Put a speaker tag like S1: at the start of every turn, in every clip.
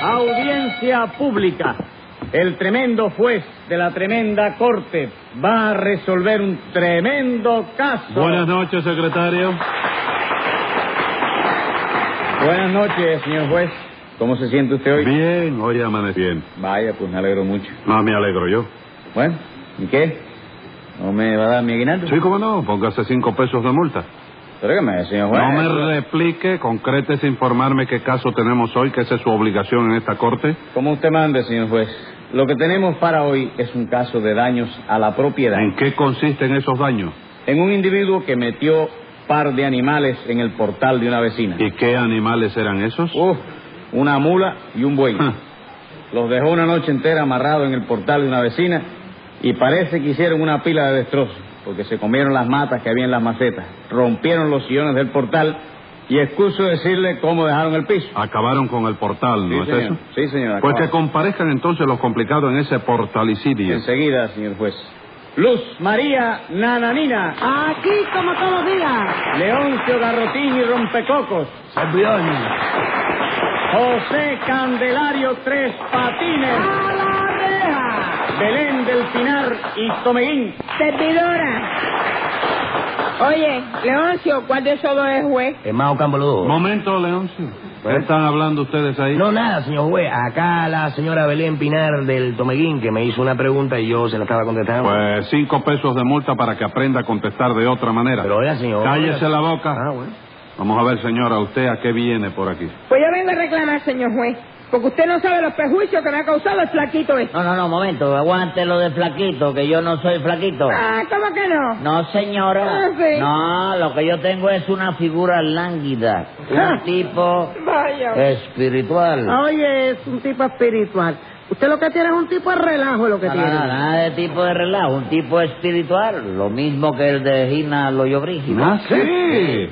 S1: Audiencia pública. El tremendo juez de la tremenda corte va a resolver un tremendo caso.
S2: Buenas noches, secretario.
S1: Buenas noches, señor juez. ¿Cómo se siente usted hoy?
S2: Bien, hoy amanece bien.
S1: Vaya, pues me alegro mucho.
S2: No, me alegro yo.
S1: Bueno, ¿y qué? ¿No me va a dar mi aguinaldo?
S2: Sí, cómo no, póngase cinco pesos de multa.
S1: Pero que me, señor juez.
S2: No me replique, concrete es informarme qué caso tenemos hoy, que esa es su obligación en esta corte.
S1: Como usted mande, señor juez. Lo que tenemos para hoy es un caso de daños a la propiedad.
S2: ¿En qué consisten esos daños?
S1: En un individuo que metió par de animales en el portal de una vecina.
S2: ¿Y qué animales eran esos?
S1: Uf, una mula y un buey.
S2: Ah.
S1: Los dejó una noche entera amarrados en el portal de una vecina y parece que hicieron una pila de destrozos porque se comieron las matas que había en las macetas, rompieron los sillones del portal y excuso decirle cómo dejaron el piso.
S2: Acabaron con el portal, Ah, ¿no
S1: sí,
S2: es
S1: señor.
S2: eso?
S1: Sí, señor.
S2: Pues que
S1: acabado.
S2: comparezcan entonces los complicados en ese portalicidio.
S1: Enseguida, señor juez. Luz María Nananina,
S3: Aquí como todos días.
S1: Leoncio Garrotín y Rompecocos, José Candelario Tres Patines,
S3: ¡A la reja!
S1: Belén del Pinar y Tomeguín.
S3: Servidora. Oye, Leoncio, ¿cuál de esos dos es juez?
S4: Hermano Cámbolo.
S2: Momento, Leoncio. ¿Qué están hablando ustedes ahí?
S4: No, nada, señor juez. Acá la señora Belén Pinar del Tomeguín que me hizo una pregunta y yo se la estaba contestando.
S2: Pues cinco pesos de multa para que aprenda a contestar de otra manera.
S4: Pero oiga, señor.
S2: Cállese la boca.
S4: Ah, bueno.
S2: Vamos a ver, señora, usted a qué viene por aquí.
S3: Pues yo vengo a reclamar, señor juez, porque usted no sabe los perjuicios que me ha causado el flaquito este.
S5: No, no, no, momento, aguante lo de flaquito, que yo no soy flaquito.
S3: Ah, ¿cómo que no?
S5: No,
S3: Ah,
S5: señora.
S3: sí.
S5: No, lo que yo tengo es una figura lánguida,
S3: Ah.
S5: un tipo
S3: Vaya.
S4: Eh.
S5: espiritual. No,
S6: Oye, es un tipo espiritual. Usted lo que tiene es un tipo de relajo lo que
S5: no,
S6: tiene.
S5: no, nada de tipo de relajo, un tipo espiritual, lo mismo que el de Gina Loyo Brígido.
S2: Ah, sí.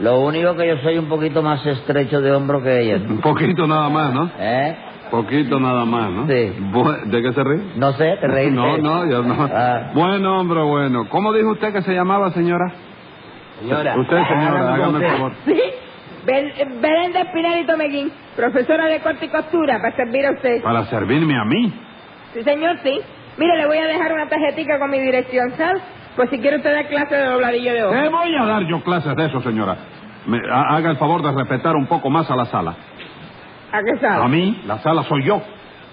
S5: Lo único que yo soy un poquito más estrecho de hombro que ella.
S2: Un poquito nada más, ¿no?
S5: ¿Eh?
S2: Poquito nada más, ¿no?
S5: Sí.
S2: Bu- ¿De qué se ríe?
S5: No sé, te reíste.
S2: No, no, yo no.
S5: Ah.
S2: Bueno, hombre, bueno. ¿Cómo dijo usted que se llamaba, señora?
S4: Señora.
S2: Usted, señora, hágame el favor.
S3: Sí. Bel- Belén de Espinar y Tomeguín, profesora de corte y costura, para servir a usted.
S2: Para servirme a mí.
S3: Sí, señor, sí. Mire, le voy a dejar una tarjetita con mi dirección, ¿sabes? Pues si quiere usted dar clase de dobladillo de hoja.
S2: ¿Qué Eh, voy a dar yo clases de eso, señora? Me- ha- haga el favor de respetar un poco más a la sala.
S3: ¿A qué
S2: A
S3: sabe?
S2: mí, la sala soy yo.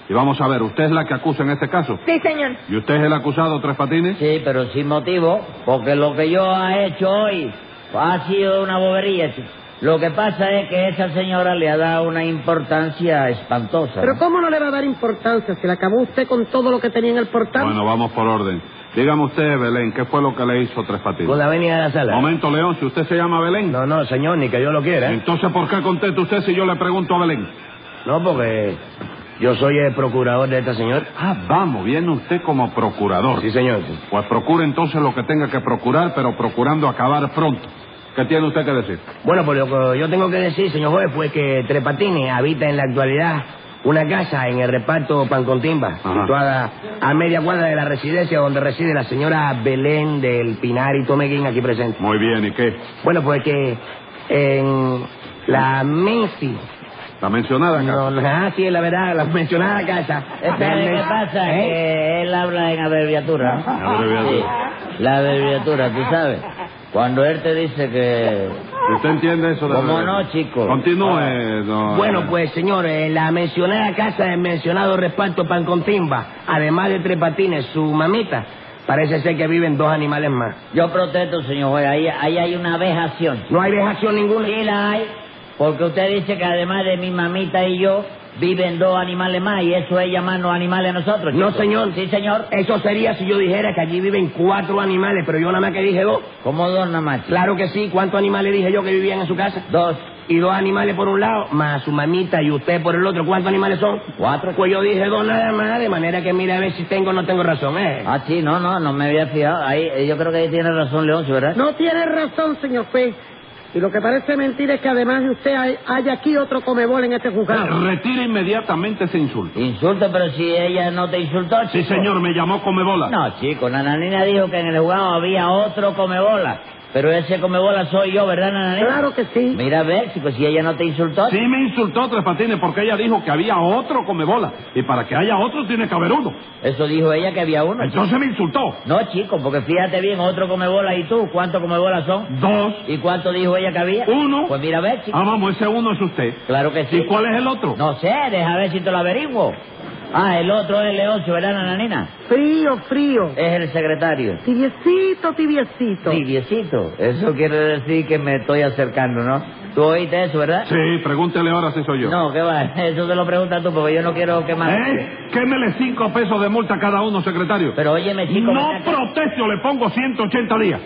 S2: Y vamos a ver, usted es la que acusa en este caso.
S3: Sí, señor.
S2: ¿Y usted es el acusado, Tres Patines?
S5: Sí, pero sin motivo, porque lo que yo he hecho hoy ha sido una bobería. chico. Lo que pasa es que esa señora le ha dado una importancia espantosa.
S6: Pero
S5: ¿no?
S6: ¿cómo no le va a dar importancia si le acabó usted con todo lo que tenía en el portal?
S2: Bueno, vamos por orden. Dígame usted, Belén, ¿qué fue lo que le hizo Tres
S4: Con
S2: Patines?
S4: la venia de la sala.
S2: Momento, León, si usted se llama Belén.
S4: No, no, señor, ni que yo lo quiera. ¿eh?
S2: Entonces, ¿por qué contesta usted si yo le pregunto a Belén?
S4: No, porque yo soy el procurador de esta señora.
S2: Ah, vamos, viene usted como procurador.
S4: Sí, señor. sí.
S2: Pues procure entonces lo que tenga que procurar, pero procurando acabar pronto. ¿Qué tiene usted que decir?
S4: Bueno, pues lo que yo tengo que decir, señor juez, pues que Trepatini habita en la actualidad una casa en el reparto Pancontimba,
S2: Ajá.
S4: situada a media cuadra de la residencia donde reside la señora Belén del Pinar y Tomeguín aquí presente.
S2: Muy bien, ¿y qué?
S4: Bueno, pues que en la Messi...
S2: ¿La mencionada acá?
S4: No, ah, sí, la verdad, la mencionada casa.
S5: Espere, ¿qué pasa?
S4: ¿Eh?
S5: Que él habla en abreviatura. ¿no?
S2: Abreviatura.
S5: Sí, la abreviatura, tú sabes. Cuando él te dice que...
S2: ¿Usted entiende eso? de la
S5: ¿Cómo
S2: Belén?
S5: no, chico? Ah.
S2: Continúe, don...
S4: Bueno, pues, señores, la mencionada casa del mencionado reparto Pancontimba, además de tres patines, su mamita, parece ser que viven dos animales más.
S5: Yo protesto, señor juez, ahí, ahí hay una vejación.
S4: No hay vejación ninguna.
S5: Sí la hay, porque usted dice que además de mi mamita y yo, viven dos animales más, y eso es llamarnos animales a nosotros.
S4: No,
S5: chico.
S4: señor.
S5: Sí, señor.
S4: Eso sería si yo dijera que allí viven cuatro animales, pero yo nada más que dije dos.
S5: ¿Cómo dos nada más?
S4: Claro que sí, ¿cuántos animales dije yo que vivían en su casa?
S5: Dos.
S4: Y dos animales por un lado, más su mamita y usted por el otro. ¿Cuántos animales son?
S5: Cuatro.
S4: Pues yo dije dos nada más, de manera que mira a ver si tengo o no tengo razón, ¿eh?
S5: Ah, sí, no, no, no me había fijado. Ahí, eh, yo creo que ahí tiene razón Leoncio, ¿verdad?
S6: No tiene razón, señor juez. Y lo que parece mentira es que además de usted hay, hay aquí otro comebol en este juzgado.
S2: Retire inmediatamente ese insulto.
S5: Insulto, pero si ella no te insultó,
S2: Sí,
S5: chico.
S2: señor, me llamó Comebola.
S5: No, chico, Nananina dijo que en el jugado había otro comebola. Pero ese comebola soy yo, ¿verdad, Nananina?
S6: Claro que sí.
S5: Mira, a ver, si, pues, si ella no te insultó.
S2: Sí me insultó Tres Patines porque ella dijo que había otro comebola. Y para que haya otro tiene que haber uno.
S5: Eso dijo ella que había uno. chico.
S2: Entonces me insultó.
S5: No, chico, porque fíjate bien, otro comebola y tú, ¿cuántos comebolas son?
S2: Dos.
S5: ¿Y cuánto dijo ella que había?
S2: Uno.
S5: Pues mira, a ver, chico.
S2: Ah, vamos, ese uno es usted.
S5: Claro que sí.
S2: ¿Y cuál es el otro?
S5: No sé, deja ver si te lo averiguo. Ah, el otro es L8, ¿verdad, Nananina?
S6: Frío, frío.
S5: Es el secretario.
S6: Tibiecito, tibiecito.
S5: Tibiecito. Eso quiere decir que me estoy acercando, ¿no? ¿Tú oíste eso, verdad?
S2: Sí, pregúntele ahora si soy yo.
S5: No, ¿qué va? Eso te lo preguntas tú porque yo no quiero quemar.
S2: ¿Eh? Quémele cinco pesos de multa a cada uno, secretario.
S5: Pero óyeme, chico...
S2: no
S5: ven acá.
S2: protesto, le pongo 180 días.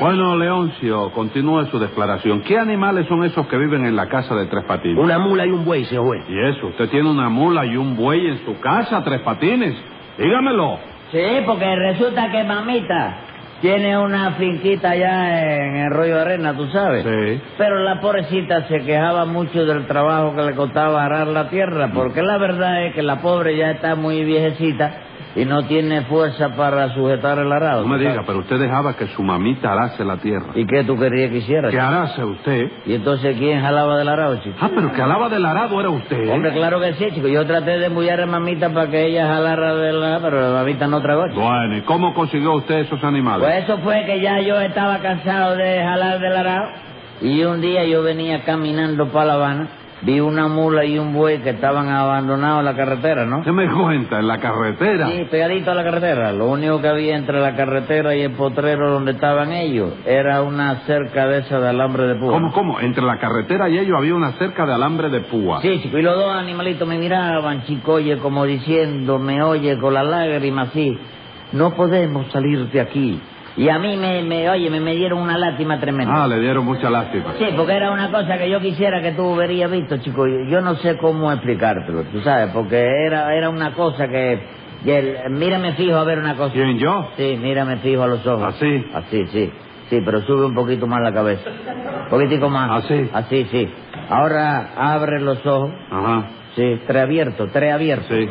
S2: Bueno, Leoncio, continúe su declaración. ¿Qué animales son esos que viven en la casa de Tres Patines?
S4: Una mula y un buey, señor juez.
S2: Y eso, usted tiene una mula y un buey en su casa, Tres Patines. Dígamelo.
S5: Sí, porque resulta que mamita tiene una finquita allá en el Rollo de Arena, tú sabes.
S2: Sí.
S5: Pero la pobrecita se quejaba mucho del trabajo que le costaba arar la tierra, porque la verdad es que la pobre ya está muy viejecita y no tiene fuerza para sujetar el arado.
S2: No me
S5: ¿tú sabes?
S2: diga, pero usted dejaba que su mamita arase la tierra.
S5: ¿Y qué tú querías que hiciera?
S2: ¿Qué arase usted?
S5: ¿Y entonces quién jalaba del arado, chico?
S2: Ah, pero que alaba del arado era usted. ¿eh?
S5: Hombre, claro que sí, chico. Yo traté de mullar a mamita para que ella jalara del arado, pero la mamita no tragó, chico.
S2: Bueno, ¿y cómo consiguió usted esos animales?
S5: Pues eso fue que ya yo estaba cansado de jalar del arado y un día yo venía caminando para La Habana, vi una mula y un buey que estaban abandonados en la carretera, ¿no?
S2: ¿Qué me cuenta? ¿En la carretera?
S5: Sí, pegadito a la carretera. Lo único que había entre la carretera y el potrero donde estaban ellos era una cerca de esa de alambre de púa.
S2: ¿Cómo, cómo? Entre la carretera y ello había una cerca de alambre de púa.
S5: Sí, chico, y los dos animalitos me miraban, chico, oye, como diciéndome, oye, con la lágrima así, no podemos salir de aquí. Y a mí me, me oye, me, me dieron una lástima tremenda.
S2: Ah, le dieron mucha lástima.
S5: Sí, porque era una cosa que yo quisiera que tú hubieras visto, chico. Yo yo no sé cómo explicártelo, tú sabes, porque era, era una cosa que... que el- mírame fijo a ver una cosa.
S2: ¿Quién, yo?
S5: Sí, mírame fijo a los ojos.
S2: ¿Así?
S5: Así, sí. Sí, pero sube un poquito más la cabeza. Un poquitico más.
S2: ¿Así?
S5: Así, sí. Ahora abre los ojos.
S2: Ajá.
S5: Sí, tres abiertos, tres abiertos.
S2: Sí.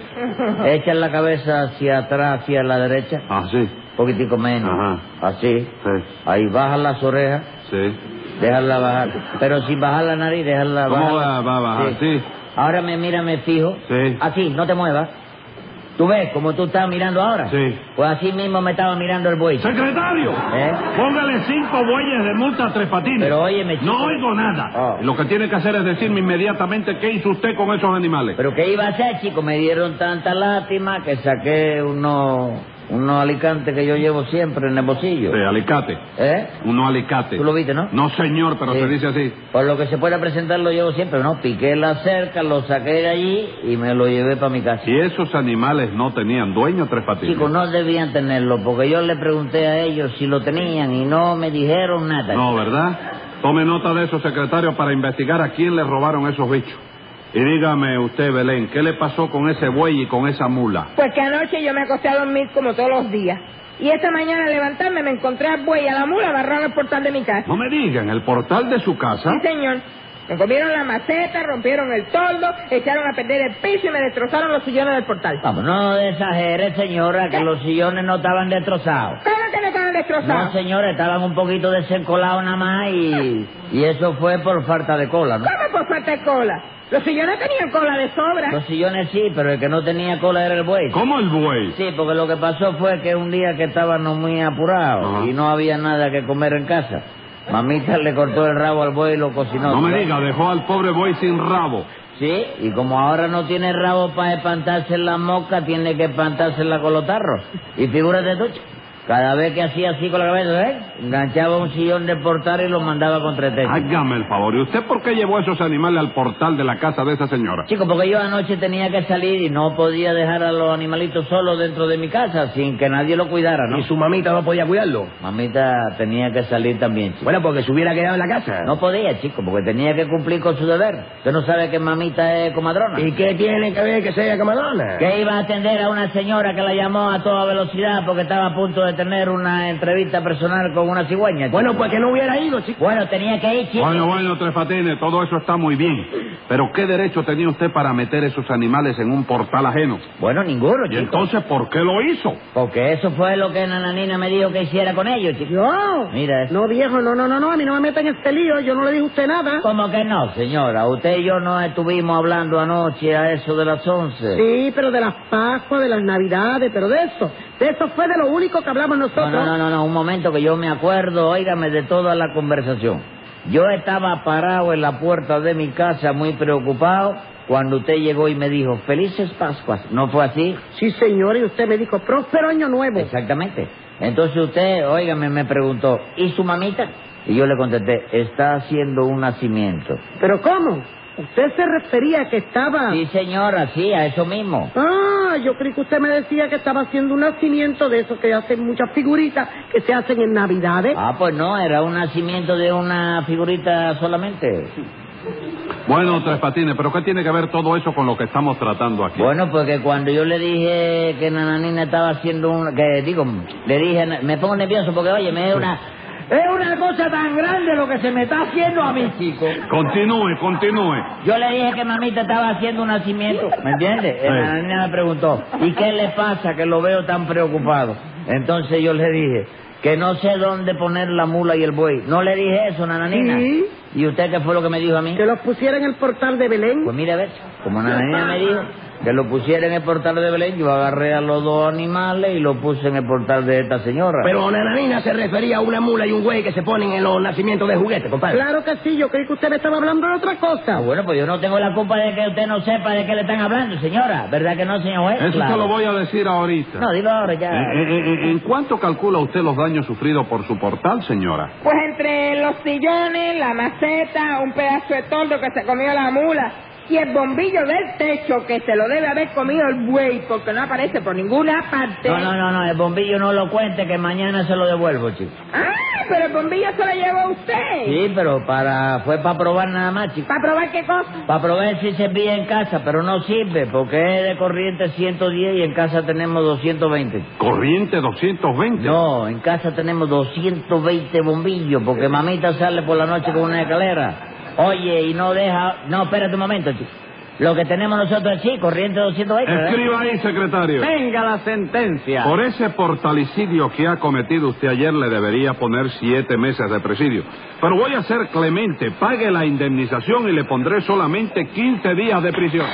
S5: Echa la cabeza hacia atrás, hacia la derecha.
S2: Así.
S5: Un poquitico menos.
S2: Ajá.
S5: Así.
S2: Sí.
S5: Ahí baja las orejas.
S2: Sí.
S5: Déjala bajar. Pero sin bajar la nariz, déjala
S2: ¿Cómo
S5: bajar.
S2: va- va a bajar? Sí.
S5: Ahora me mira, me fijo.
S2: Sí.
S5: Así, no te muevas. ¿Tú ves como tú estás mirando ahora?
S2: Sí.
S5: Pues así mismo me estaba mirando el buey.
S2: ¡Secretario!
S5: ¿Eh?
S2: Póngale cinco bueyes de multa a tres patines.
S5: Pero óyeme, chico.
S2: No oigo nada.
S5: Ah.
S2: Lo que tiene que hacer es decirme inmediatamente qué hizo usted con esos animales.
S5: Pero ¿qué iba a hacer, chico? Me dieron tanta lástima que saqué unos unos alicantes que yo llevo siempre en el bolsillo.
S2: Sí, alicate.
S5: ¿Eh?
S2: Uno alicate.
S5: ¿Tú lo viste, no?
S2: No, señor, pero
S5: Sí.
S2: se dice así.
S5: Por lo que se pueda presentar lo llevo siempre, ¿no? Piqué la cerca, lo saqué de allí y me lo llevé para mi casa.
S2: Si esos animales no tenían dueño, tres patines.
S5: Chicos, no debían tenerlo, porque yo le pregunté a ellos si lo tenían y no me dijeron nada.
S2: No, ¿verdad? Tome nota de eso, secretario, para investigar a quién le robaron esos bichos. Y dígame usted, Belén, ¿qué le pasó con ese buey y con esa mula?
S3: Pues que anoche yo me acosté a dormir como todos los días. Y esta mañana al levantarme me encontré al buey y a la mula barrado en el portal de mi casa.
S2: No me digan, el portal de su casa.
S3: Sí, señor. Me comieron la maceta, rompieron el toldo, echaron a perder el piso y me destrozaron los sillones del portal.
S5: Vamos, no exagere, señora, que los sillones no estaban destrozados.
S3: ¿Cómo que me estaban
S5: No,
S3: destrozados?
S5: señora, estaban un poquito desencolados nada más y, y eso fue por falta de cola, ¿no?
S3: ¿Cómo por falta de cola? Los sillones tenían cola de sobra.
S5: Los sillones sí, pero el que no tenía cola era el buey.
S2: ¿Cómo el buey?
S5: Sí, porque lo que pasó fue que un día que estábamos muy apurados
S2: Ajá.
S5: y no había nada que comer en casa, mamita le cortó el rabo al buey y lo cocinó.
S2: No me diga, dejó al pobre buey sin rabo.
S5: Sí, y como ahora no tiene rabo para espantarse la mosca, tiene que espantarse la con los tarros. Y figúrate tú, chico, cada vez que hacía así con la cabeza, ¿eh? enganchaba un sillón de portar y lo mandaba contra el techo.
S2: Hágame el favor, ¿y usted por qué llevó esos animales al portal de la casa de esa señora?
S5: Chico, porque yo anoche tenía que salir y no podía dejar a los animalitos solos dentro de mi casa sin que nadie lo cuidara, ¿no?
S4: ¿Y su mamita no podía cuidarlo?
S5: Mamita tenía que salir también, chico.
S4: Bueno, porque se hubiera quedado en la casa.
S5: No podía, chico, porque tenía que cumplir con su deber. Usted no sabe que mamita es comadrona.
S4: ¿Y qué tiene que ver que sea camarona?
S5: Que iba a atender a una señora que la llamó a toda velocidad porque estaba a punto de tener una entrevista personal con una cigüeña. chico.
S4: Bueno, pues que no hubiera ido, chico.
S5: Bueno, tenía que ir, chico.
S2: Bueno, bueno, Tres Patines, todo eso está muy bien. Pero ¿qué derecho tenía usted para meter esos animales en un portal ajeno?
S5: Bueno, ninguno,
S2: ¿Y
S5: chico.
S2: entonces por qué lo hizo?
S5: Porque eso fue lo que Nananina me dijo que hiciera con ellos, chico.
S6: ¿Yo?
S5: Mira eso.
S6: No, viejo, no, no, no, no, a mí no me metan en este lío, yo no le dije a usted nada.
S5: ¿Cómo que no, señora? Usted y yo no estuvimos hablando anoche a eso de las once.
S6: Sí, pero de las Pascuas, de las Navidades, pero de eso, de eso fue de lo único que hablamos
S5: No,
S6: nosotros.
S5: no, no, no, no, un momento que yo me acuerdo, óigame, de toda la conversación. Yo estaba parado en la puerta de mi casa muy preocupado cuando usted llegó y me dijo, felices Pascuas. ¿No fue así?
S6: Sí, señor, y usted me dijo, próspero año nuevo.
S5: Exactamente. Entonces usted, óigame, me preguntó, ¿y su mamita? Y yo le contesté, está haciendo un nacimiento.
S6: ¿Pero cómo? ¿Usted se refería a que estaba...?
S5: Sí, señora, sí, a eso mismo.
S6: Ah, yo creí que usted me decía que estaba haciendo un nacimiento de esos que hacen muchas figuritas que se hacen en Navidades.
S5: Ah, pues no, era un nacimiento de una figurita solamente.
S2: Bueno, Tres Patines, pero ¿qué tiene que ver todo eso con lo que estamos tratando aquí?
S5: Bueno, porque cuando yo le dije que Nananina estaba haciendo un... que digo, le dije, me pongo nervioso porque, oye, me es una... Es una cosa tan grande lo que se me está haciendo a mí, chico.
S2: Continúe, continúe.
S5: Yo le dije que mamita estaba haciendo un nacimiento, ¿me entiendes?
S2: Sí.
S5: La Nananina me preguntó, ¿y qué le pasa que lo veo tan preocupado? Entonces yo le dije que no sé dónde poner la mula y el buey. No le dije eso, Nananina.
S6: Sí.
S5: ¿Y usted qué fue lo que me dijo a mí?
S6: Que los pusiera en el portal de Belén.
S5: Pues mira, a ver, como Nananina me dijo que lo pusiera en el portal de Belén, yo agarré a los dos animales y lo puse en el portal de esta señora.
S4: Pero Nananina se refería a una mula y un güey que se ponen en los nacimientos de juguete, compadre.
S6: Claro que sí, yo creí que usted me estaba hablando de otra
S5: Ah,
S6: cosa.
S5: bueno, pues yo no tengo la culpa de que usted no sepa de qué le están hablando, señora. ¿Verdad que no, señor juez?
S2: Eso
S5: Claro.
S2: se lo voy a decir ahorita.
S5: No, digo ahora ya.
S2: Eh, eh, eh, ¿En cuánto calcula usted los daños sufridos por su portal, señora?
S3: Pues entre los sillones, la maceta, un pedazo de tordo que se comió la mula y el bombillo del techo que se lo debe haber comido el buey porque no aparece por ninguna parte.
S5: No, no, no, no, el bombillo no lo cuente, que mañana se lo devuelvo, chico.
S3: Ah, pero el bombillo se lo llevó usted.
S5: Sí, pero para fue para probar nada más, chico.
S3: ¿Para probar qué cosa?
S5: Para probar si servía en casa, pero no sirve, porque es de corriente 110 y en casa tenemos 220.
S2: Corriente 220.
S5: No, en casa tenemos 220 bombillos porque mamita sale por la noche con una escalera. Oye, y no deja... No, espérate un momento, chico. Lo que tenemos nosotros aquí, corriente 220, ¿verdad?
S2: Escriba ahí, secretario.
S1: Venga la sentencia.
S2: Por ese portalicidio que ha cometido usted ayer le debería poner siete meses de presidio. Pero voy a ser clemente, pague la indemnización y le pondré solamente 15 días de prisión.